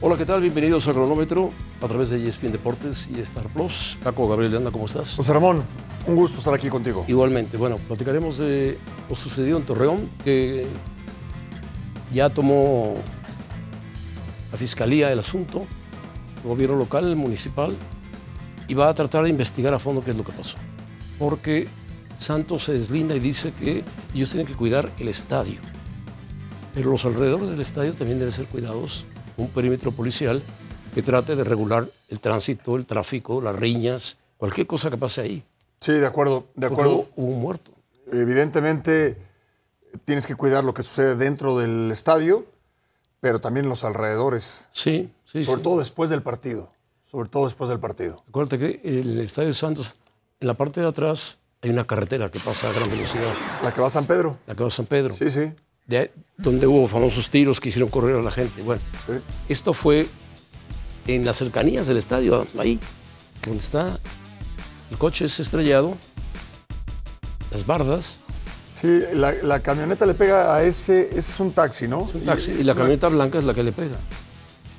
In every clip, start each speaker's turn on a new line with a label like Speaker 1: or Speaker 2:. Speaker 1: Hola, ¿qué tal? Bienvenidos a Cronómetro a través de E ESPN Deportes y Star Plus. Paco, Gabriel, Leanda, ¿cómo estás?
Speaker 2: José Ramón, un gusto estar aquí contigo.
Speaker 1: Igualmente, bueno, platicaremos de lo sucedido en Torreón, que ya tomó la fiscalía el asunto, el gobierno local, el municipal, y va a tratar de investigar a fondo qué es lo que pasó. Porque Santos se deslinda y dice que ellos tienen que cuidar el estadio, pero los alrededores del estadio también deben ser cuidados, un perímetro policial que trate de regular el tránsito, el tráfico, las riñas, cualquier cosa que pase ahí.
Speaker 2: Sí, de acuerdo, de
Speaker 1: Porque
Speaker 2: acuerdo.
Speaker 1: hubo un muerto.
Speaker 2: Evidentemente tienes que cuidar lo que sucede dentro del estadio, pero también los alrededores,
Speaker 1: Sí, sí,
Speaker 2: sobre
Speaker 1: sí.
Speaker 2: todo después del partido, sobre todo después del partido.
Speaker 1: Acuérdate que el Estadio de Santos, en la parte de atrás, hay una carretera que pasa a gran velocidad,
Speaker 2: La que va a San Pedro.
Speaker 1: la que va a San Pedro,
Speaker 2: Sí, sí.
Speaker 1: de ahí- donde hubo famosos tiros que hicieron correr a la gente. Bueno,
Speaker 2: sí.
Speaker 1: esto fue en las cercanías del estadio, ahí, donde está el coche es estrellado, las bardas,
Speaker 2: Sí, la, la camioneta le pega a ese, ese es un taxi, ¿no?
Speaker 1: un taxi,
Speaker 2: Y-
Speaker 1: y la
Speaker 2: es una-
Speaker 1: camioneta blanca es la que le pega.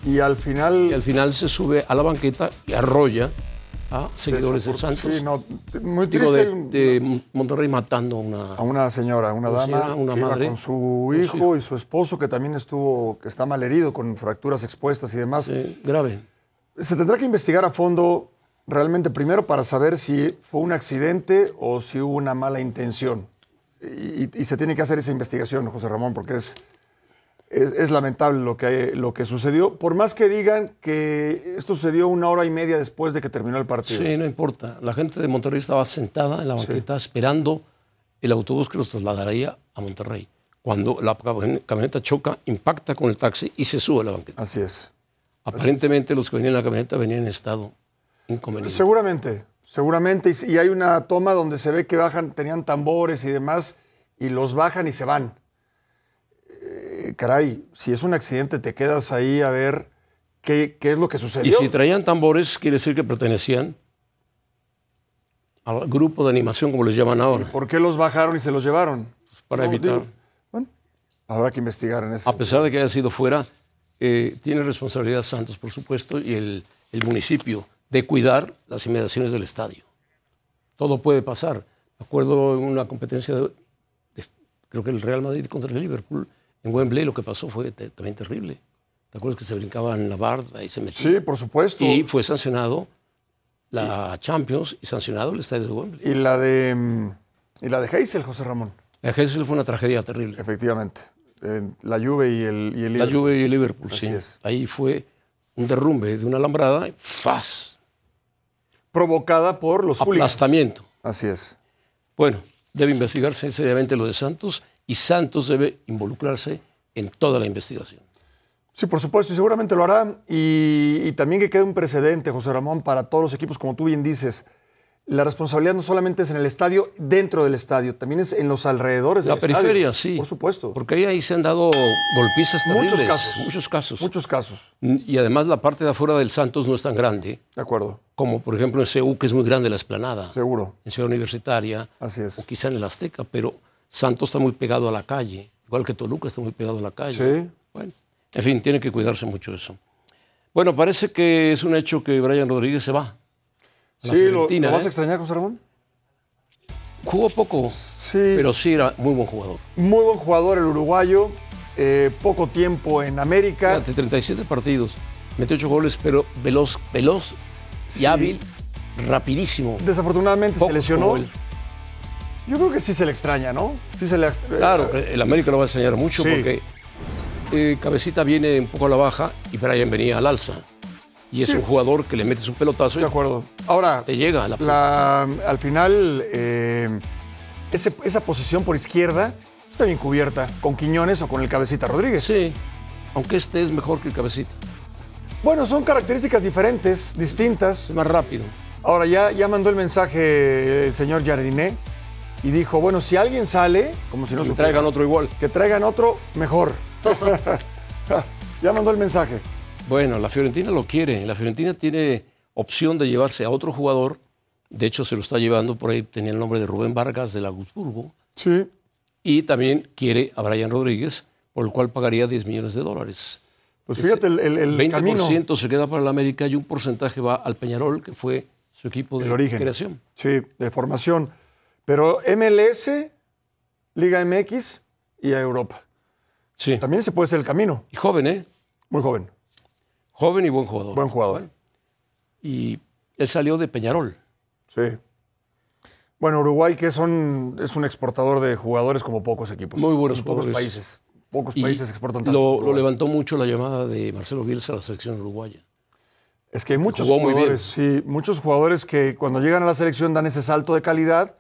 Speaker 2: Y al final...
Speaker 1: Y al final se sube a la banqueta y arrolla a seguidores del
Speaker 2: desafor-
Speaker 1: Santos.
Speaker 2: Sí, no, t- muy
Speaker 1: Digo,
Speaker 2: triste.
Speaker 1: de, de Monterrey matando a una...
Speaker 2: A una señora, una
Speaker 1: Una
Speaker 2: dama
Speaker 1: señora, Pues una
Speaker 2: que iba
Speaker 1: madre, Pues
Speaker 2: con su
Speaker 1: su
Speaker 2: hijo y su esposo que también estuvo, que está mal herido con fracturas expuestas y demás.
Speaker 1: Sí, grave.
Speaker 2: Se tendrá que investigar a fondo realmente primero para saber si fue un accidente o si hubo una mala intención. Y, y- y se tiene que hacer esa investigación, José Ramón, porque es, es, es lamentable lo que, lo que sucedió. Por más que digan que esto sucedió una hora y media después de que terminó el partido.
Speaker 1: Sí, no importa. La gente de Monterrey estaba sentada en la banqueta esperando el autobús que los trasladaría a Monterrey. Cuando la cam- camioneta choca, impacta con el taxi y se sube a la banqueta.
Speaker 2: Así es.
Speaker 1: Aparentemente los que venían en la camioneta venían en estado inconveniente.
Speaker 2: Pues Seguramente, seguramente. Y, s- y hay una toma donde se ve que bajan, tenían tambores y demás, y los bajan y se van. Eh, caray, si es un accidente, te quedas ahí a ver qué, qué es lo que
Speaker 1: Y
Speaker 2: sucedió.
Speaker 1: si traían tambores, quiere decir que pertenecían al grupo de animación, como les llaman ahora,
Speaker 2: ¿Por qué los bajaron y se los llevaron?
Speaker 1: Pues para
Speaker 2: No,
Speaker 1: evitar. Ah,
Speaker 2: digo, bueno, habrá que investigar en eso.
Speaker 1: A pesar de que haya sido fuera, eh, tiene responsabilidad Santos, por supuesto, y el, el municipio de cuidar las inmediaciones del estadio. Todo puede pasar. Me acuerdo en una competencia, de, de- creo que el Real Madrid contra el Liverpool, en Wembley lo que pasó fue te- también terrible. ¿Te acuerdas que se brincaban en la barda y se metían?
Speaker 2: Sí, por supuesto.
Speaker 1: y
Speaker 2: Y,
Speaker 1: fue sancionado la Champions y sancionado el estadio de Wembley.
Speaker 2: la de. mm, Y la de Heysel, José Ramón,
Speaker 1: En Hessel fue una tragedia terrible.
Speaker 2: efectivamente. En la Juve y el, y el
Speaker 1: La
Speaker 2: Liverpool.
Speaker 1: Juve y el Liverpool, sí.
Speaker 2: es.
Speaker 1: Ahí fue un derrumbe de una alambrada, y ¡faz!
Speaker 2: Provocada por los hooligans.
Speaker 1: aplastamiento.
Speaker 2: Así es.
Speaker 1: Bueno, debe investigarse seriamente lo de Santos y Santos debe involucrarse en toda la investigación.
Speaker 2: Sí, por supuesto, y seguramente lo hará. Y, y también que quede un precedente, José Ramón, para todos los equipos, como tú bien dices. La responsabilidad no solamente es en el estadio, dentro del estadio, también es en los alrededores
Speaker 1: La
Speaker 2: del estadio.
Speaker 1: periferia, sí.
Speaker 2: Por supuesto.
Speaker 1: Porque ahí, ahí se han dado golpizas terribles.
Speaker 2: Muchos casos.
Speaker 1: Muchos casos.
Speaker 2: Muchos casos,
Speaker 1: Y además la parte de afuera del Santos no es tan grande
Speaker 2: de acuerdo,
Speaker 1: como, por ejemplo, en CEU, que es muy grande la esplanada,
Speaker 2: seguro.
Speaker 1: en Ciudad Universitaria,
Speaker 2: Así es.
Speaker 1: o quizá en el Azteca, pero Santos está muy pegado a la calle, igual que Toluca está muy pegado a la calle.
Speaker 2: Sí.
Speaker 1: Bueno, en fin, tiene que cuidarse mucho eso. Bueno, parece que es un hecho que Brian Rodríguez se va. a la
Speaker 2: Sí, lo,
Speaker 1: Fiorentina,
Speaker 2: ¿lo vas
Speaker 1: ¿eh?
Speaker 2: a extrañar, José Ramón?
Speaker 1: Jugó poco,
Speaker 2: Sí.
Speaker 1: pero sí era muy buen jugador.
Speaker 2: Muy buen jugador el uruguayo, eh, poco tiempo en América.
Speaker 1: Durante 37 partidos, metió 8 goles, pero veloz, veloz y hábil, rapidísimo.
Speaker 2: Desafortunadamente
Speaker 1: Poco
Speaker 2: se lesionó.
Speaker 1: como él.
Speaker 2: Yo creo que sí se le extraña, ¿no? Sí se le extra-
Speaker 1: Claro, el América lo va a enseñar mucho
Speaker 2: Sí.
Speaker 1: porque eh, Cabecita viene un poco a la baja y Brian venía al alza. y es un jugador que le metes un pelotazo y
Speaker 2: De acuerdo. Ahora,
Speaker 1: te llega a la,
Speaker 2: la- al final, eh, ese- esa posición por izquierda está bien cubierta con Quiñones o con el Cabecita Rodríguez.
Speaker 1: Sí, aunque este es mejor que el cabecita.
Speaker 2: Bueno, son características diferentes, distintas.
Speaker 1: Es más rápido.
Speaker 2: Ahora ya, ya mandó el mensaje el señor Jardiné y dijo, bueno, si alguien sale, como si no
Speaker 1: Y
Speaker 2: se
Speaker 1: traigan otro igual.
Speaker 2: que traigan otro mejor. ya mandó el mensaje.
Speaker 1: Bueno, la Fiorentina lo quiere. La Fiorentina tiene opción de llevarse a otro jugador. De hecho, se lo está llevando por ahí. Tenía el nombre de Rubén Vargas del Augsburgo.
Speaker 2: Sí.
Speaker 1: Y también quiere a Brian Rodríguez, por el cual pagaría 10 millones de dólares.
Speaker 2: Pues fíjate el, el- el
Speaker 1: 20%
Speaker 2: camino.
Speaker 1: se queda para la América y un porcentaje va al Peñarol, que fue su equipo de
Speaker 2: El origen.
Speaker 1: creación.
Speaker 2: Sí, de formación. Pero MLS, Liga MX y a Europa.
Speaker 1: Sí.
Speaker 2: También ese puede ser el camino.
Speaker 1: Y joven, ¿eh?
Speaker 2: Muy joven.
Speaker 1: Joven y buen jugador.
Speaker 2: Buen jugador.
Speaker 1: Bueno, y él salió de Peñarol.
Speaker 2: Sí. Bueno, Uruguay, que son, es un exportador de jugadores como pocos equipos.
Speaker 1: Muy buenos
Speaker 2: En pocos
Speaker 1: jugadores.
Speaker 2: países. Pocos
Speaker 1: Y
Speaker 2: países exportan tanto.
Speaker 1: lo,
Speaker 2: como
Speaker 1: lo
Speaker 2: Uruguay.
Speaker 1: levantó mucho la llamada de Marcelo Bielsa a la selección uruguaya.
Speaker 2: Es que hay muchos
Speaker 1: jugó muy
Speaker 2: jugadores, sí, muchos jugadores que cuando llegan a la selección dan ese salto de calidad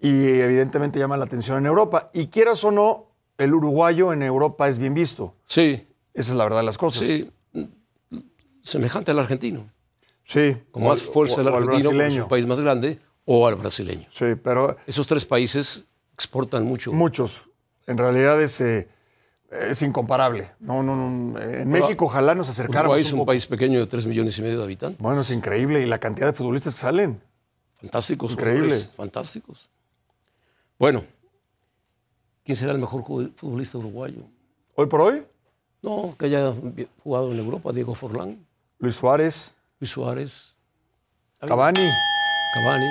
Speaker 2: y evidentemente llaman la atención en Europa. Y quieras o no, el uruguayo en Europa es bien visto.
Speaker 1: Sí,
Speaker 2: Esa es la verdad de las cosas.
Speaker 1: sí. Semejante al argentino.
Speaker 2: Sí.
Speaker 1: Con
Speaker 2: O-
Speaker 1: más fuerza
Speaker 2: o-
Speaker 1: el
Speaker 2: o al
Speaker 1: argentino, porque es
Speaker 2: brasileño.
Speaker 1: un país más grande, o al brasileño.
Speaker 2: Sí, pero
Speaker 1: Esos tres países exportan mucho.
Speaker 2: muchos. En realidad es, eh, es incomparable. No, no, no. En México ojalá nos acercáramos
Speaker 1: Uruguay
Speaker 2: un
Speaker 1: es un
Speaker 2: poco.
Speaker 1: país pequeño de 3 millones y medio de habitantes.
Speaker 2: Bueno, es increíble. Y la cantidad de futbolistas que salen.
Speaker 1: Fantásticos.
Speaker 2: Increíble.
Speaker 1: jugadores, Fantásticos. Bueno, ¿quién será el mejor ju- futbolista uruguayo?
Speaker 2: Hoy por hoy,
Speaker 1: No, que haya vi- jugado en Europa, Diego Forlán,
Speaker 2: Luis Suárez,
Speaker 1: Luis Suárez,
Speaker 2: Cavani
Speaker 1: Cavani,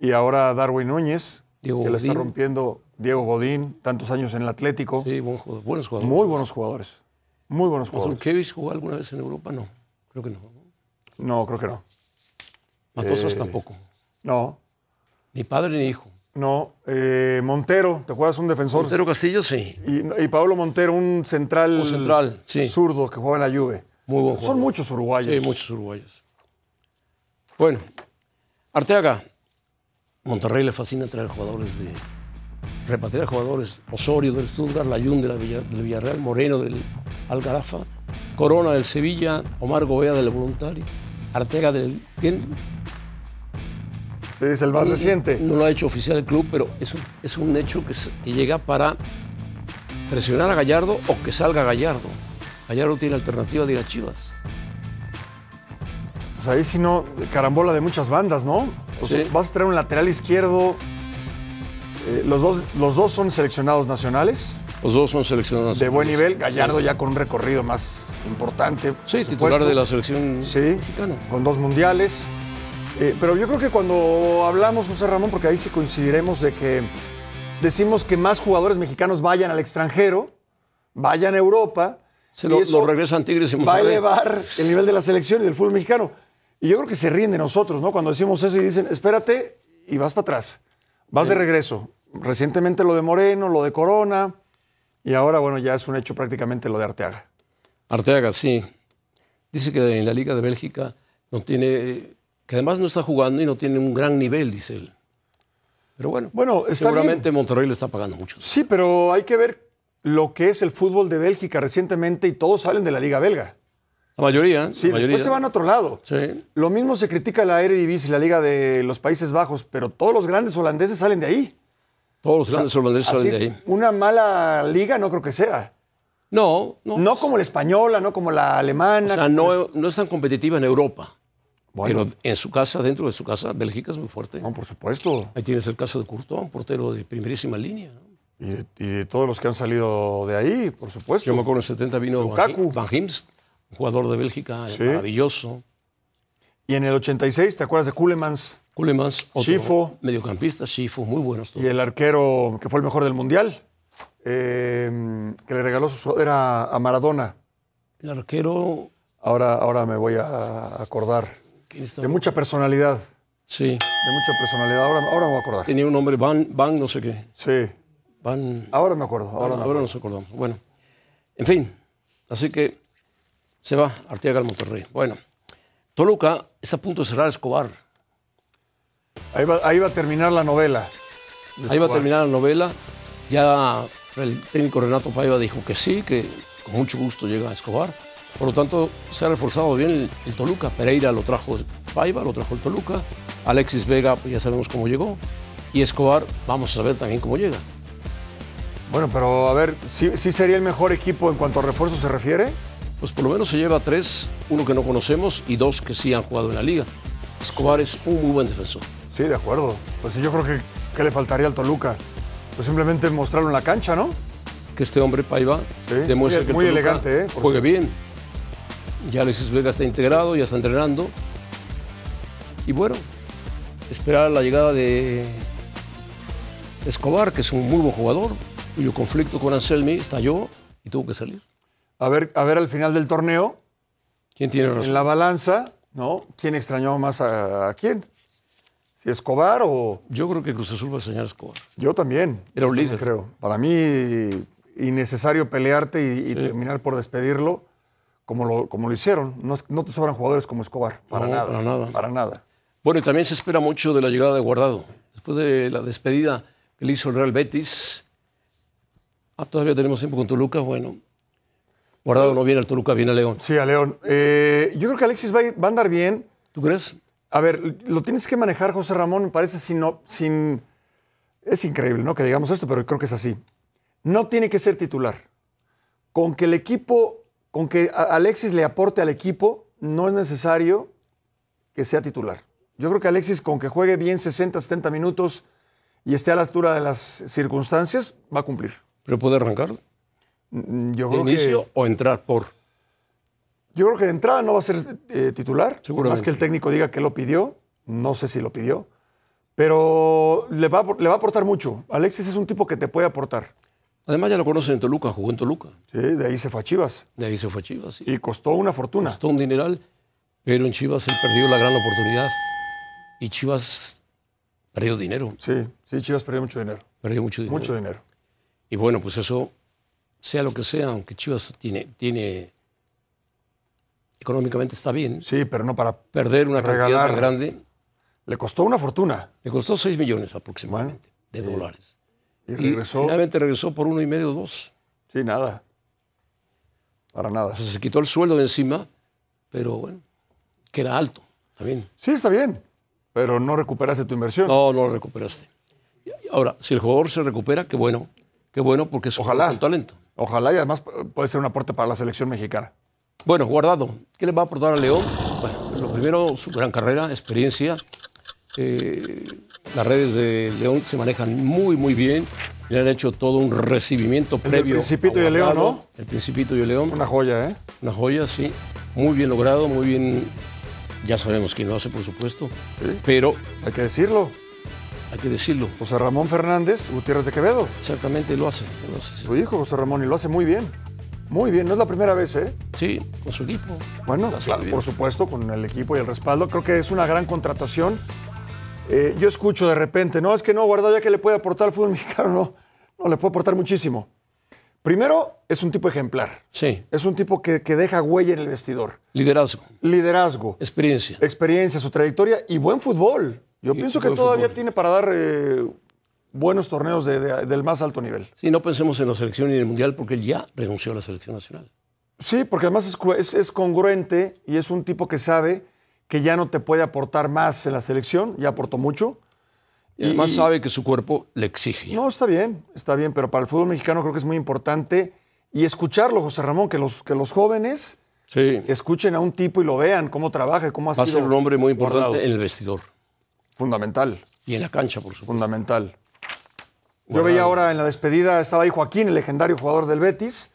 Speaker 2: y ahora Darwin Núñez,
Speaker 1: Diego
Speaker 2: que la está
Speaker 1: Godín.
Speaker 2: rompiendo Diego Godín, tantos años en el Atlético.
Speaker 1: sí, buen jugador- buenos jugadores.
Speaker 2: Muy buenos jugadores. Muy buenos Eh, jugadores.
Speaker 1: ¿Mazurkiewicz jugó alguna vez en Europa? No, creo que no.
Speaker 2: No, creo que no.
Speaker 1: Matosas tampoco.
Speaker 2: No,
Speaker 1: Ni padre ni hijo.
Speaker 2: no. Eh, Montero, ¿te acuerdas? Un defensor.
Speaker 1: Montero Castillo, sí.
Speaker 2: Y, y Pablo Montero, un central,
Speaker 1: Un central, sí.
Speaker 2: zurdo que juega en la Juve.
Speaker 1: Muy buen jugador.
Speaker 2: Son muchos uruguayos.
Speaker 1: Sí, muchos uruguayos. Bueno, Arteaga. Monterrey le fascina traer jugadores de. repatriar jugadores. Osorio del Stuttgart, Layún de la Villa- del Villarreal, Moreno del Algarafa, Corona del Sevilla, Omar Gobea del Voluntari, Arteaga del. ¿quién?
Speaker 2: Es el más reciente.
Speaker 1: No lo ha hecho oficial el club, pero es un, es un hecho que, se- que llega para presionar a Gallardo o que salga Gallardo. Gallardo tiene alternativa de ir a Chivas.
Speaker 2: Pues ahí sí no, carambola de muchas bandas, ¿no? O sea,
Speaker 1: Sí.
Speaker 2: Vas a traer un lateral izquierdo. Eh, los, dos, los dos son seleccionados nacionales
Speaker 1: Los dos son seleccionados.
Speaker 2: de buen nivel. Gallardo ya con un recorrido más importante.
Speaker 1: Sí, titular
Speaker 2: por supuesto.
Speaker 1: de la selección
Speaker 2: Sí.
Speaker 1: mexicana.
Speaker 2: con dos mundiales. Eh, pero yo creo que cuando hablamos, José Ramón, porque ahí sí coincidiremos de que decimos que más jugadores mexicanos vayan al extranjero, vayan a Europa,
Speaker 1: Se
Speaker 2: y
Speaker 1: lo,
Speaker 2: eso
Speaker 1: lo regresan Tigres y
Speaker 2: va a
Speaker 1: Monterrey.
Speaker 2: elevar el nivel de la selección y del fútbol mexicano. Y yo creo que se ríen de nosotros, ¿no? Cuando decimos eso y dicen, espérate, y vas para atrás, vas de regreso. Recientemente lo de Moreno, lo de Corona, y ahora, bueno, ya es un hecho prácticamente lo de Arteaga.
Speaker 1: Arteaga, sí. Dice que en la Liga de Bélgica no tiene. que además no está jugando y no tiene un gran nivel, dice él. Pero bueno,
Speaker 2: Bueno, está
Speaker 1: seguramente Monterrey le está pagando mucho.
Speaker 2: Sí, pero hay que ver lo que es el fútbol de Bélgica recientemente y todos salen de la Liga Belga.
Speaker 1: La mayoría.
Speaker 2: Sí,
Speaker 1: la mayoría.
Speaker 2: después se van a otro lado.
Speaker 1: Sí.
Speaker 2: Lo mismo se critica la Eredivisie y la Liga de los Países Bajos, pero todos los grandes holandeses salen de ahí.
Speaker 1: Todos los grandes holandeses
Speaker 2: Así,
Speaker 1: salen de ahí.
Speaker 2: Una mala liga no creo que sea.
Speaker 1: No, no.
Speaker 2: No como la española, no como la
Speaker 1: o
Speaker 2: alemana.
Speaker 1: sea, no, no es tan competitiva en Europa.
Speaker 2: Bueno.
Speaker 1: Pero en su casa, dentro de su casa, Bélgica es muy fuerte.
Speaker 2: No, por supuesto.
Speaker 1: Ahí tienes el caso de Courtois, un portero de primerísima línea. ¿no?
Speaker 2: Y de, y de todos los que han salido de ahí, por supuesto.
Speaker 1: Yo me acuerdo en el 70 vino Van,
Speaker 2: Lukaku.
Speaker 1: Van Himst, un jugador de Bélgica eh,
Speaker 2: Sí.
Speaker 1: maravilloso.
Speaker 2: Y en el 86, ¿te acuerdas de Kulemans?
Speaker 1: Kulemans, otro
Speaker 2: Schifo.
Speaker 1: mediocampista, Schifo, muy buenos todos.
Speaker 2: Y el arquero que fue el mejor del mundial, eh, que le regaló su sudadera a Maradona.
Speaker 1: El arquero,
Speaker 2: Ahora, ahora me voy a acordar.
Speaker 1: ¿quién estaba?
Speaker 2: De mucha personalidad. De
Speaker 1: Sí,
Speaker 2: mucha personalidad. Ahora, ahora me voy a acordar.
Speaker 1: tenía un nombre, Van, Van no sé qué.
Speaker 2: Sí.
Speaker 1: Van,
Speaker 2: Ahora me acuerdo. Ahora
Speaker 1: ahora,
Speaker 2: me
Speaker 1: nos acordamos. Bueno, en fin, así que Se va Arteaga al Monterrey. Bueno, Toluca está a punto de cerrar a Escobar.
Speaker 2: Ahí va, ahí va a terminar la novela. de
Speaker 1: Ahí va a
Speaker 2: Escobar.
Speaker 1: terminar la novela. Ya el técnico Renato Paiva dijo que sí, que con mucho gusto llega a Escobar. Por lo tanto, se ha reforzado bien el, el Toluca. Pereira lo trajo Paiva, lo trajo el Toluca. Alexis Vega, pues ya sabemos cómo llegó. Y Escobar, vamos a saber también cómo llega.
Speaker 2: Bueno, pero a ver, ¿sí, sí sería el mejor equipo en cuanto a refuerzos se refiere?
Speaker 1: Pues por lo menos se lleva tres, uno que no conocemos y dos que sí han jugado en la liga. Escobar es un muy buen defensor.
Speaker 2: Sí, de acuerdo. Pues sí, yo creo que ¿qué le faltaría al Toluca? Pues simplemente mostrarlo en la cancha, ¿no?
Speaker 1: Que este hombre, Paiva,
Speaker 2: Sí,
Speaker 1: demuestra
Speaker 2: muy-
Speaker 1: que el
Speaker 2: muy
Speaker 1: Toluca
Speaker 2: elegante, ¿eh? Por
Speaker 1: juegue bien. Ya Alexis Vega está integrado, ya está entrenando. Y bueno, esperar la llegada de Escobar, que es un muy buen jugador, cuyo conflicto con Anselmi estalló y tuvo que salir.
Speaker 2: A ver, a ver al final del torneo,
Speaker 1: ¿Quién tiene razón?
Speaker 2: en la balanza, ¿no? ¿Quién extrañó más a, a quién? ¿Si Escobar o
Speaker 1: Yo creo que Cruz Azul va a soñar a Escobar.
Speaker 2: yo también?
Speaker 1: Era un
Speaker 2: Yo
Speaker 1: líder.
Speaker 2: Creo. Para mí, innecesario pelearte y, y terminar por despedirlo como lo, como lo hicieron. No, es- no te sobran jugadores como Escobar, para
Speaker 1: No,
Speaker 2: nada.
Speaker 1: para nada.
Speaker 2: Para nada.
Speaker 1: Bueno, y también se espera mucho de la llegada de Guardado. Después de la despedida que le hizo el Real Betis. Ah, todavía tenemos tiempo con Toluca. Bueno, Guardado no viene al Toluca, viene a León.
Speaker 2: Sí, a León. Eh, yo creo que Alexis va, a ir- va a andar bien.
Speaker 1: ¿Tú crees?
Speaker 2: A ver, lo tienes que manejar, José Ramón, me parece sin, no- sin... Es increíble, ¿no? Que digamos esto, pero creo que es así. No tiene que ser titular. Con que el equipo, con que a- Alexis le aporte al equipo, no es necesario que sea titular. Yo creo que Alexis, con que juegue bien 60, 70 minutos y esté a la altura de las circunstancias, va a cumplir.
Speaker 1: ¿Pero puede arrancar de
Speaker 2: Mm, Yo creo,
Speaker 1: inicio
Speaker 2: que,
Speaker 1: o entrar por?
Speaker 2: yo creo que de entrada no va a ser eh, titular.
Speaker 1: Seguramente.
Speaker 2: Más que el técnico diga que lo pidió, no sé si lo pidió, pero le va, a apor- le va a aportar mucho. Alexis es un tipo que te puede aportar.
Speaker 1: Además ya lo conocen en Toluca, jugó en Toluca.
Speaker 2: Sí, de ahí se fue a Chivas
Speaker 1: De ahí se fue a Chivas. sí.
Speaker 2: y costó una fortuna.
Speaker 1: Costó un dineral, pero en Chivas él perdió la gran oportunidad. Y Chivas perdió dinero,
Speaker 2: Sí, sí, Chivas perdió mucho dinero.
Speaker 1: perdió mucho dinero.
Speaker 2: Mucho dinero.
Speaker 1: Y bueno, pues eso, sea lo que sea, aunque Chivas tiene, tiene económicamente está bien,
Speaker 2: Sí, pero no para.
Speaker 1: perder una cantidad
Speaker 2: Regalar.
Speaker 1: tan grande
Speaker 2: Le costó una fortuna
Speaker 1: le costó 6 millones aproximadamente de dólares.
Speaker 2: y
Speaker 1: Y
Speaker 2: regresó.
Speaker 1: finalmente regresó por uno y medio o dos.
Speaker 2: sí, nada. Para nada.
Speaker 1: O sea, se quitó el sueldo de encima, pero bueno, que era alto también.
Speaker 2: Sí, está bien, pero no recuperaste tu inversión.
Speaker 1: No, no lo recuperaste. Ahora, si el jugador se recupera, qué bueno, qué bueno porque es un
Speaker 2: Ojalá.
Speaker 1: jugador con talento.
Speaker 2: Ojalá y además eh, puede ser un aporte para la selección mexicana.
Speaker 1: Bueno, guardado. ¿Qué le va a aportar a León? Bueno, lo primero, su gran carrera, experiencia. Eh, las redes de León se manejan muy, muy bien. Le han hecho todo un recibimiento previo.
Speaker 2: Principito
Speaker 1: a
Speaker 2: y el León,
Speaker 1: Guardado.
Speaker 2: ¿no?
Speaker 1: El Principito y el León.
Speaker 2: Una joya, ¿eh?
Speaker 1: Una joya, sí. Muy bien logrado, muy bien. Ya sabemos quién lo hace, por supuesto. Pero
Speaker 2: Hay que decirlo.
Speaker 1: hay que decirlo.
Speaker 2: José Ramón Fernández Gutiérrez de Quevedo,
Speaker 1: Exactamente lo hace. lo hace, sí.
Speaker 2: su hijo José Ramón, y lo hace muy bien. Muy bien, no es la primera vez, ¿eh?
Speaker 1: Sí, con su equipo.
Speaker 2: Bueno,
Speaker 1: Lo hace
Speaker 2: claro,
Speaker 1: muy bien.
Speaker 2: por supuesto, con el equipo y el respaldo. Creo que es una gran contratación. Eh, yo escucho de repente, no, es que no, guardado ya que le puede aportar al fútbol mexicano, no, no, le puede aportar muchísimo. Primero, es un tipo ejemplar.
Speaker 1: Sí,
Speaker 2: Es un tipo que, que deja huella en el vestidor.
Speaker 1: liderazgo,
Speaker 2: Liderazgo,
Speaker 1: experiencia.
Speaker 2: experiencia, su trayectoria y buen fútbol. Yo pienso que
Speaker 1: buen
Speaker 2: todavía
Speaker 1: fútbol.
Speaker 2: tiene para dar eh, buenos torneos de- de- del más alto nivel.
Speaker 1: Sí, no pensemos en la selección ni en el mundial porque él ya renunció a la selección nacional.
Speaker 2: Sí, porque además es, cru- es- es congruente y es un tipo que sabe que ya no te puede aportar más en la selección, ya aportó mucho.
Speaker 1: Y además sabe que su cuerpo le exige.
Speaker 2: No, está bien, está bien, pero para el fútbol mexicano creo que es muy importante y escucharlo, José Ramón, que los, que los jóvenes
Speaker 1: Sí,
Speaker 2: escuchen a un tipo y lo vean, cómo trabaja, y cómo ha
Speaker 1: va a
Speaker 2: sido.
Speaker 1: ser un hombre muy importante
Speaker 2: guardado.
Speaker 1: en el vestidor
Speaker 2: Fundamental,
Speaker 1: y en la cancha, por supuesto.
Speaker 2: fundamental. Yo veía ahora en la despedida, estaba ahí Joaquín, el legendario jugador del Betis.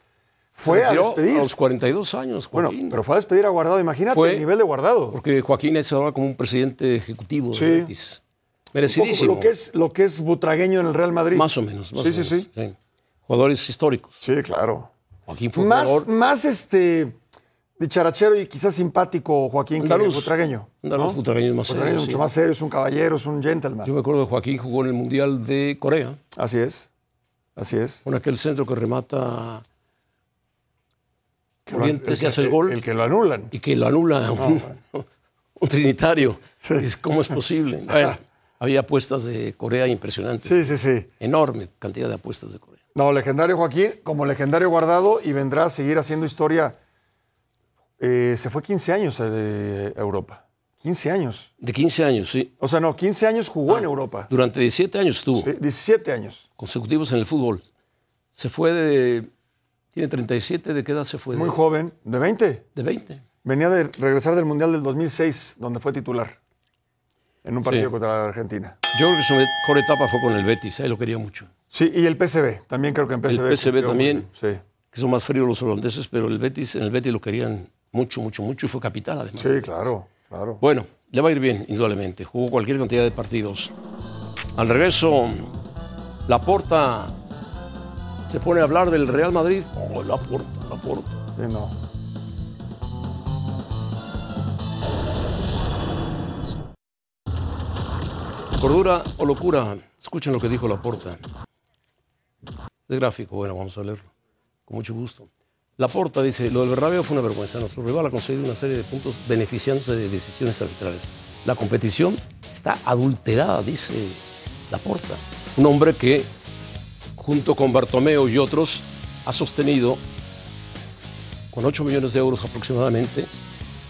Speaker 2: Fue a
Speaker 1: Retiró
Speaker 2: despedir.
Speaker 1: a los 42 años,
Speaker 2: Bueno,
Speaker 1: Joaquín.
Speaker 2: pero fue a despedir a Guardado, imagínate
Speaker 1: Fue-
Speaker 2: el nivel de Guardado.
Speaker 1: Porque Joaquín es ahora como un presidente ejecutivo de
Speaker 2: Sí.
Speaker 1: Betis.
Speaker 2: poco
Speaker 1: Merecidísimo.
Speaker 2: Lo que, es, lo que es butragueño en el Real Madrid.
Speaker 1: Más o menos. más
Speaker 2: sí,
Speaker 1: o
Speaker 2: sí,
Speaker 1: menos,
Speaker 2: sí.
Speaker 1: Jugadores históricos.
Speaker 2: Sí, claro.
Speaker 1: Joaquín fue un
Speaker 2: Más,
Speaker 1: jugador
Speaker 2: más este dicharachero y quizás simpático Joaquín
Speaker 1: Andaluz.
Speaker 2: que butragueño.
Speaker 1: andaluz putragueño es más
Speaker 2: Butragueño
Speaker 1: serio,
Speaker 2: es mucho
Speaker 1: sí.
Speaker 2: más serio, es un caballero, es un gentleman.
Speaker 1: Yo me acuerdo que Joaquín jugó en el Mundial de Corea
Speaker 2: Así es. Así es.
Speaker 1: con aquel centro que remata
Speaker 2: Que lo-
Speaker 1: Oriente
Speaker 2: el
Speaker 1: se
Speaker 2: que-
Speaker 1: hace el gol
Speaker 2: El que lo anulan.
Speaker 1: y que lo anula un, un trinitario.
Speaker 2: Sí.
Speaker 1: Dices, ¿Cómo es posible? Bueno, había apuestas de Corea impresionantes.
Speaker 2: Sí, sí, sí.
Speaker 1: Enorme cantidad de apuestas de Corea.
Speaker 2: No, legendario Joaquín, como legendario guardado y vendrá a seguir haciendo historia. Eh, se fue 15 años a, de- a Europa. 15 años.
Speaker 1: De 15 años, sí.
Speaker 2: O sea, no, 15 años jugó en Europa.
Speaker 1: Durante 17 años estuvo.
Speaker 2: Sí, 17 años.
Speaker 1: consecutivos en el fútbol. Se fue de. Tiene 37, ¿de qué edad se fue?
Speaker 2: Muy
Speaker 1: de,
Speaker 2: joven, de 20.
Speaker 1: de 20.
Speaker 2: Venía de regresar del Mundial del 2006, donde fue titular. En un partido
Speaker 1: Sí.
Speaker 2: contra la Argentina.
Speaker 1: Yo creo que su mejor etapa fue con el Betis, ahí lo quería mucho.
Speaker 2: Sí, y el PSV, también creo que en PSV.
Speaker 1: PSV
Speaker 2: cumplió,
Speaker 1: también.
Speaker 2: Sí,
Speaker 1: Que son más fríos los holandeses, pero el Betis, en el Betis lo querían mucho, mucho, mucho y fue capital además.
Speaker 2: sí claro, claro.
Speaker 1: Bueno, le va a ir bien, indudablemente. Jugó cualquier cantidad de partidos. Al regreso, Laporta se pone a hablar del Real Madrid. Oh, Laporta, Laporta.
Speaker 2: Sí, no.
Speaker 1: Cordura o locura, escuchen lo que dijo Laporta. Es gráfico, bueno, vamos a leerlo. Con mucho gusto. Laporta dice, lo del Bernabéu fue una vergüenza. Nuestro rival ha conseguido una serie de puntos beneficiándose de decisiones arbitrales. La competición está adulterada, dice Laporta. Un hombre que, junto con Bartomeo y otros, ha sostenido con 8 millones de euros aproximadamente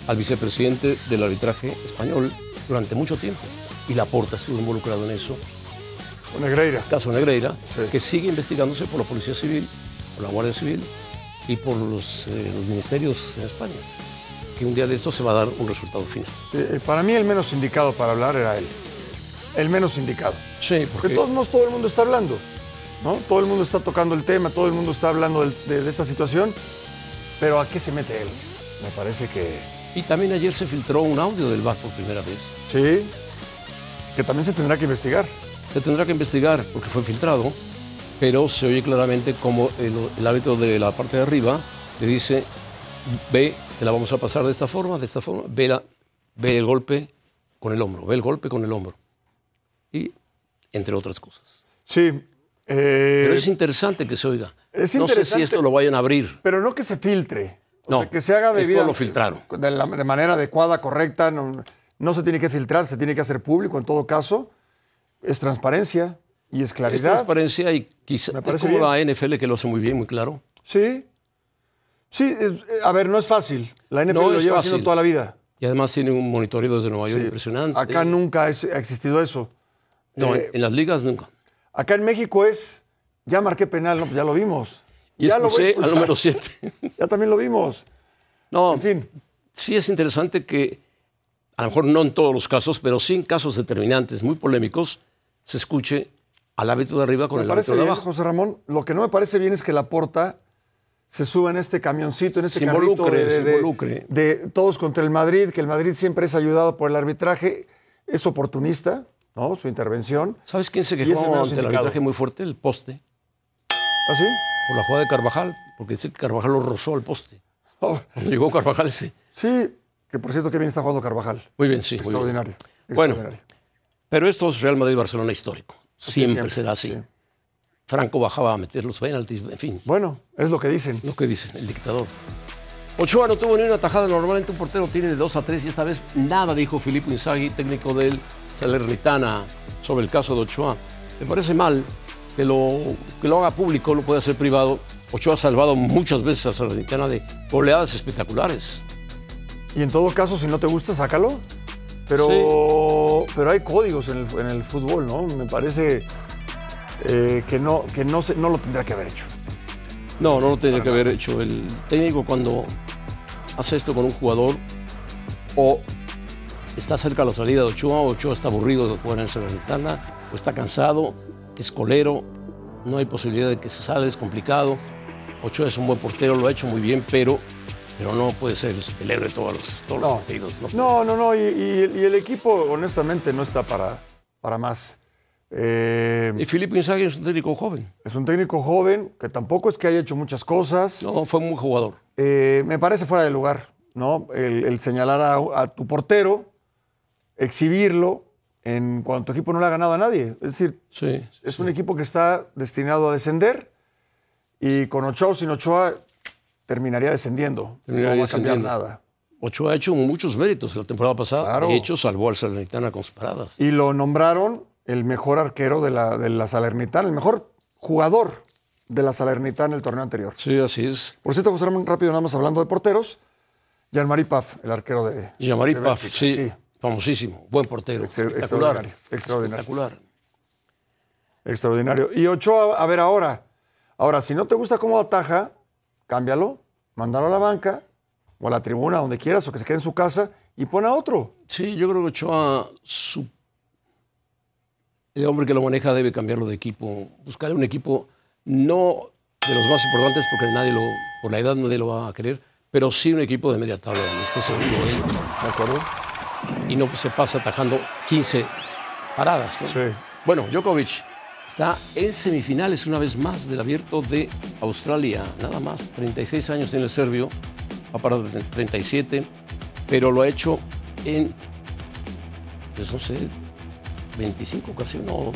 Speaker 1: al vicepresidente del arbitraje español durante mucho tiempo. Y Laporta estuvo involucrado en eso.
Speaker 2: Negreira.
Speaker 1: Caso Negreira,
Speaker 2: Sí.
Speaker 1: que sigue investigándose por la Policía Civil, por la Guardia Civil y por los, eh, los ministerios en España. Que un día de esto se va a dar un resultado final.
Speaker 2: Eh, eh, para mí el menos indicado para hablar era él. El menos indicado.
Speaker 1: Sí,
Speaker 2: Porque de todos modos todo el mundo está hablando, ¿no? Todo el mundo está tocando el tema, todo el mundo está hablando del- de, de esta situación, pero ¿a qué se mete él? Me parece que
Speaker 1: Y también ayer se filtró un audio del bar por primera vez.
Speaker 2: sí, que también se tendrá que investigar.
Speaker 1: Se tendrá que investigar porque fue filtrado, pero se oye claramente como el, el árbitro de la parte de arriba le dice, ve, te la vamos a pasar de esta forma, de esta forma, ve, la- ve el golpe con el hombro, ve el golpe con el hombro. Y entre otras cosas.
Speaker 2: Sí, eh,
Speaker 1: Pero es interesante que se oiga.
Speaker 2: es
Speaker 1: no sé si
Speaker 2: interesante.
Speaker 1: esto lo vayan a abrir.
Speaker 2: pero no que se filtre, o
Speaker 1: No,
Speaker 2: sea, que se haga
Speaker 1: esto
Speaker 2: debida,
Speaker 1: lo filtraron.
Speaker 2: de, la- de manera adecuada, correcta, no, no se tiene que filtrar, se tiene que hacer público en todo caso, es transparencia y es
Speaker 1: Es
Speaker 2: claridad.
Speaker 1: transparencia y quizá
Speaker 2: Me
Speaker 1: es
Speaker 2: parece
Speaker 1: como la NFL que lo hace muy bien, muy claro.
Speaker 2: Sí. Sí, es- eh, a ver, no es fácil. La NFL
Speaker 1: No
Speaker 2: lo
Speaker 1: es
Speaker 2: lleva
Speaker 1: fácil.
Speaker 2: haciendo toda la vida.
Speaker 1: Y además tiene un monitoreo desde Nueva York impresionante.
Speaker 2: Acá nunca es- ha existido eso.
Speaker 1: No, en- en las ligas nunca.
Speaker 2: Acá en México es, ya marqué penal, no, pues ya lo vimos.
Speaker 1: Y
Speaker 2: ya voy a
Speaker 1: expulsé al
Speaker 2: expulsar.
Speaker 1: número 7.
Speaker 2: Ya también lo vimos.
Speaker 1: No,
Speaker 2: En fin,
Speaker 1: sí es interesante que, a lo mejor no en todos los casos, pero sí en casos determinantes, muy polémicos, se escuche al hábito de arriba con
Speaker 2: me
Speaker 1: el
Speaker 2: parece
Speaker 1: hábito de
Speaker 2: bien,
Speaker 1: abajo.
Speaker 2: José Ramón. Lo que no me parece bien es que la porta se suba en este camioncito, en este
Speaker 1: Se
Speaker 2: carrito
Speaker 1: involucre,
Speaker 2: de, de-
Speaker 1: se
Speaker 2: de-
Speaker 1: involucre.
Speaker 2: de todos contra el Madrid, que el Madrid siempre es ayudado por el arbitraje. Es oportunista, ¿no? Su intervención.
Speaker 1: ¿Sabes quién se
Speaker 2: Y ese
Speaker 1: quejó
Speaker 2: menos
Speaker 1: ante el
Speaker 2: indicado.
Speaker 1: arbitraje muy fuerte? El poste,
Speaker 2: ¿Así?
Speaker 1: por la jugada de Carvajal, porque dice que Carvajal lo rozó al poste. Cuando llegó Carvajal, sí.
Speaker 2: Oh, Sí, que por cierto, qué bien está jugando Carvajal.
Speaker 1: Muy bien, sí. muy bien.
Speaker 2: Extraordinario.
Speaker 1: Bueno,
Speaker 2: extraordinario.
Speaker 1: Pero esto es Real Madrid-Barcelona histórico. Siempre,
Speaker 2: siempre,
Speaker 1: será así.
Speaker 2: sí.
Speaker 1: Franco bajaba a meter los penaltis, en fin.
Speaker 2: Bueno, es lo que dicen.
Speaker 1: Lo que dice el dictador. Ochoa no tuvo ni una tajada, normalmente un portero tiene de 2 a 3 y esta vez nada, dijo Filippo Inzaghi, técnico del Salernitana, sobre el caso de Ochoa. Me parece mal que lo, que lo haga público, lo puede hacer privado. Ochoa ha salvado muchas veces a Salernitana de goleadas espectaculares.
Speaker 2: Y en todo caso, si no te gusta, sácalo. Pero, pero hay códigos en el, en el fútbol, ¿no? Me parece eh, que, no, que no, se- no lo tendría que haber hecho.
Speaker 1: No, no lo tendría que haber hecho el técnico cuando hace esto con un jugador o está cerca la salida de Ochoa, o Ochoa está aburrido de jugar en el Salernitana, o está cansado, es colero, no hay posibilidad de que se salga, es complicado. Ochoa es un buen portero, lo ha hecho muy bien, pero, pero no puede ser el héroe de todos los, todos los
Speaker 2: No,
Speaker 1: partidos. ¿no?
Speaker 2: no, no. no, y, y el- y el equipo, honestamente, no está para, para más. Eh,
Speaker 1: Y Filipe Inzaghi es un técnico joven,
Speaker 2: es un técnico joven que tampoco es que haya hecho muchas cosas.
Speaker 1: no, fue un buen jugador.
Speaker 2: Eh, me parece fuera de lugar, ¿no? El, el señalar a, a tu portero, exhibirlo en cuanto equipo no le ha ganado a nadie. Es decir,
Speaker 1: Sí.
Speaker 2: es un equipo que está destinado a descender y con Ochoa o sin Ochoa terminaría descendiendo.
Speaker 1: Terminaría
Speaker 2: no va a cambiar
Speaker 1: descendiendo.
Speaker 2: nada.
Speaker 1: Ochoa ha hecho muchos méritos la temporada pasada.
Speaker 2: Claro.
Speaker 1: De hecho, salvó al Salernitana con sus paradas.
Speaker 2: Y lo nombraron el mejor arquero de la, de la Salernitana, el mejor jugador de la Salernitana el torneo anterior.
Speaker 1: Sí, así es.
Speaker 2: Por cierto, José Ramón, rápido, nada más hablando de porteros. Jean-Marie Paf, el arquero de.
Speaker 1: Yamari
Speaker 2: de
Speaker 1: Paf,
Speaker 2: Bélgica,
Speaker 1: sí, famosísimo, buen portero,
Speaker 2: Excel-
Speaker 1: espectacular,
Speaker 2: extraordinario, extraordinario.
Speaker 1: espectacular.
Speaker 2: Extraordinario. Y Ochoa, a ver ahora. Ahora, si no te gusta cómo ataja, cámbialo, mándalo a la banca o a la tribuna, donde quieras, o que se quede en su casa y pon a otro.
Speaker 1: Sí, yo creo que Ochoa, su- el hombre que lo maneja debe cambiarlo de equipo, buscar un equipo no de los más importantes porque nadie lo, por la edad nadie lo va a querer, pero sí un equipo de media tabla, donde esté seguro él
Speaker 2: ¿De acuerdo?
Speaker 1: y no se pasa atajando 15 paradas. ¿no?
Speaker 2: Sí.
Speaker 1: Bueno, Djokovic está en semifinales una vez más del abierto de Australia. Nada más, 36 años en el serbio, ha parado de 37, pero lo ha hecho en, pues no sé, 25 ocasiones. No,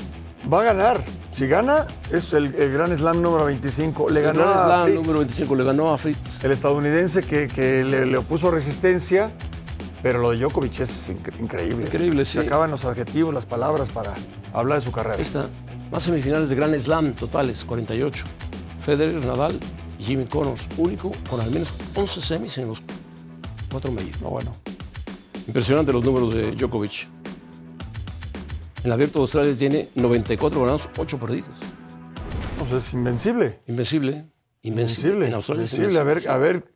Speaker 2: Va a ganar. Si gana, es el, el Gran Slam número 25. Le ganó
Speaker 1: Grand
Speaker 2: a
Speaker 1: Slam
Speaker 2: Fritz,
Speaker 1: número 25, le ganó a Fritz.
Speaker 2: el estadounidense que, que le, le opuso resistencia, pero lo de Djokovic es incre- increíble.
Speaker 1: Increíble, sí.
Speaker 2: Se acaban los adjetivos, las palabras para hablar de su carrera.
Speaker 1: Ahí está, más semifinales de Grand Slam totales, 48. Federer, Nadal y Jimmy Connors, único con al menos 11 semis en los cuatro medios.
Speaker 2: No, Ah, bueno.
Speaker 1: Impresionante los números de Djokovic. En el abierto de Australia tiene 94 ganados, 8 perdidos.
Speaker 2: No, pues es invencible.
Speaker 1: Invencible. Invencible.
Speaker 2: Invencible.
Speaker 1: En Australia es
Speaker 2: invencible. A ver, a ver,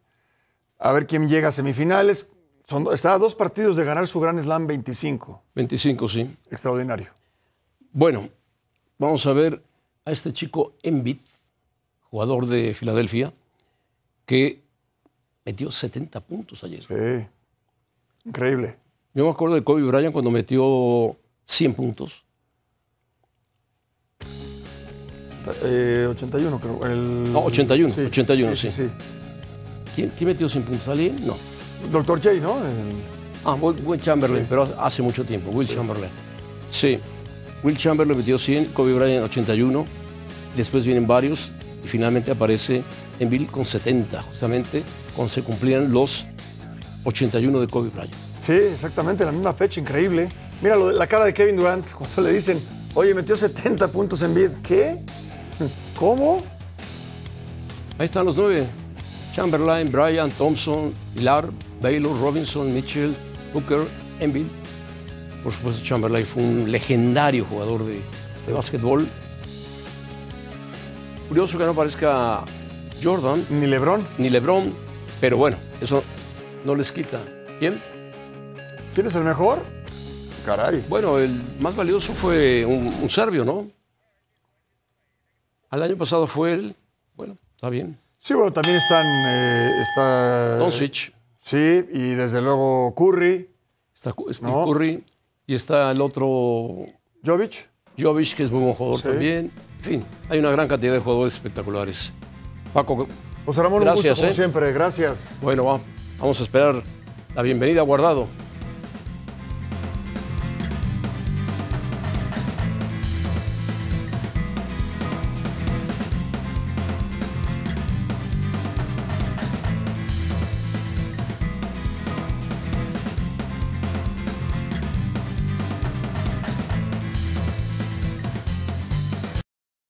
Speaker 2: a ver quién llega a semifinales. Son, do- está a dos partidos de ganar su Gran Slam 25.
Speaker 1: 25, sí.
Speaker 2: Extraordinario.
Speaker 1: Bueno, vamos a ver a este chico Embiid, jugador de Filadelfia, que metió 70 puntos ayer.
Speaker 2: Sí. Increíble.
Speaker 1: Yo me acuerdo de Kobe Bryant cuando metió 100 puntos.
Speaker 2: Eh, 81, creo. El...
Speaker 1: No, 81,
Speaker 2: Sí,
Speaker 1: 81, sí.
Speaker 2: sí.
Speaker 1: ¿Quién, quién metió 100 puntos? ¿Alguien? No.
Speaker 2: Doctor J, ¿no? El-
Speaker 1: Ah, Will, Will Chamberlain, pero hace mucho tiempo, Will Chamberlain. Sí, Will Chamberlain metió 100, Kobe Bryant 81, después vienen varios y finalmente aparece Embiid con 70, justamente cuando se cumplían los 81 de Kobe Bryant.
Speaker 2: Sí, exactamente, la misma fecha, increíble. Mira lo de- la cara de Kevin Durant cuando le dicen, oye, metió 70 puntos en bid. ¿Qué? ¿Cómo?
Speaker 1: Ahí están los nueve. Chamberlain, Bryant, Thompson, Pilar, Baylor, Robinson, Mitchell, Booker, Embiid. Por supuesto, Chamberlain fue un legendario jugador de, de básquetbol. Curioso que no parezca Jordan
Speaker 2: Ni Lebron.
Speaker 1: ni LeBron, pero bueno, eso no les quita. ¿Quién?
Speaker 2: ¿Quién es el mejor? Caray.
Speaker 1: Bueno, el más valioso fue un, un serbio, ¿no? Al año pasado fue él. Bueno, está bien.
Speaker 2: Sí, bueno, también están... eh, está...
Speaker 1: Doncic.
Speaker 2: Sí, y desde luego Curry,
Speaker 1: Está Cu- Steve
Speaker 2: No.
Speaker 1: Curry y está el otro
Speaker 2: Jovic.
Speaker 1: Jovic, que es muy buen jugador
Speaker 2: Sí.
Speaker 1: también. En fin, hay una gran cantidad de jugadores espectaculares. Paco,
Speaker 2: José Pues, Ramón, un
Speaker 1: Gracias,
Speaker 2: gusto como
Speaker 1: ¿eh?
Speaker 2: siempre. Gracias.
Speaker 1: bueno, va- vamos a esperar la bienvenida a guardado.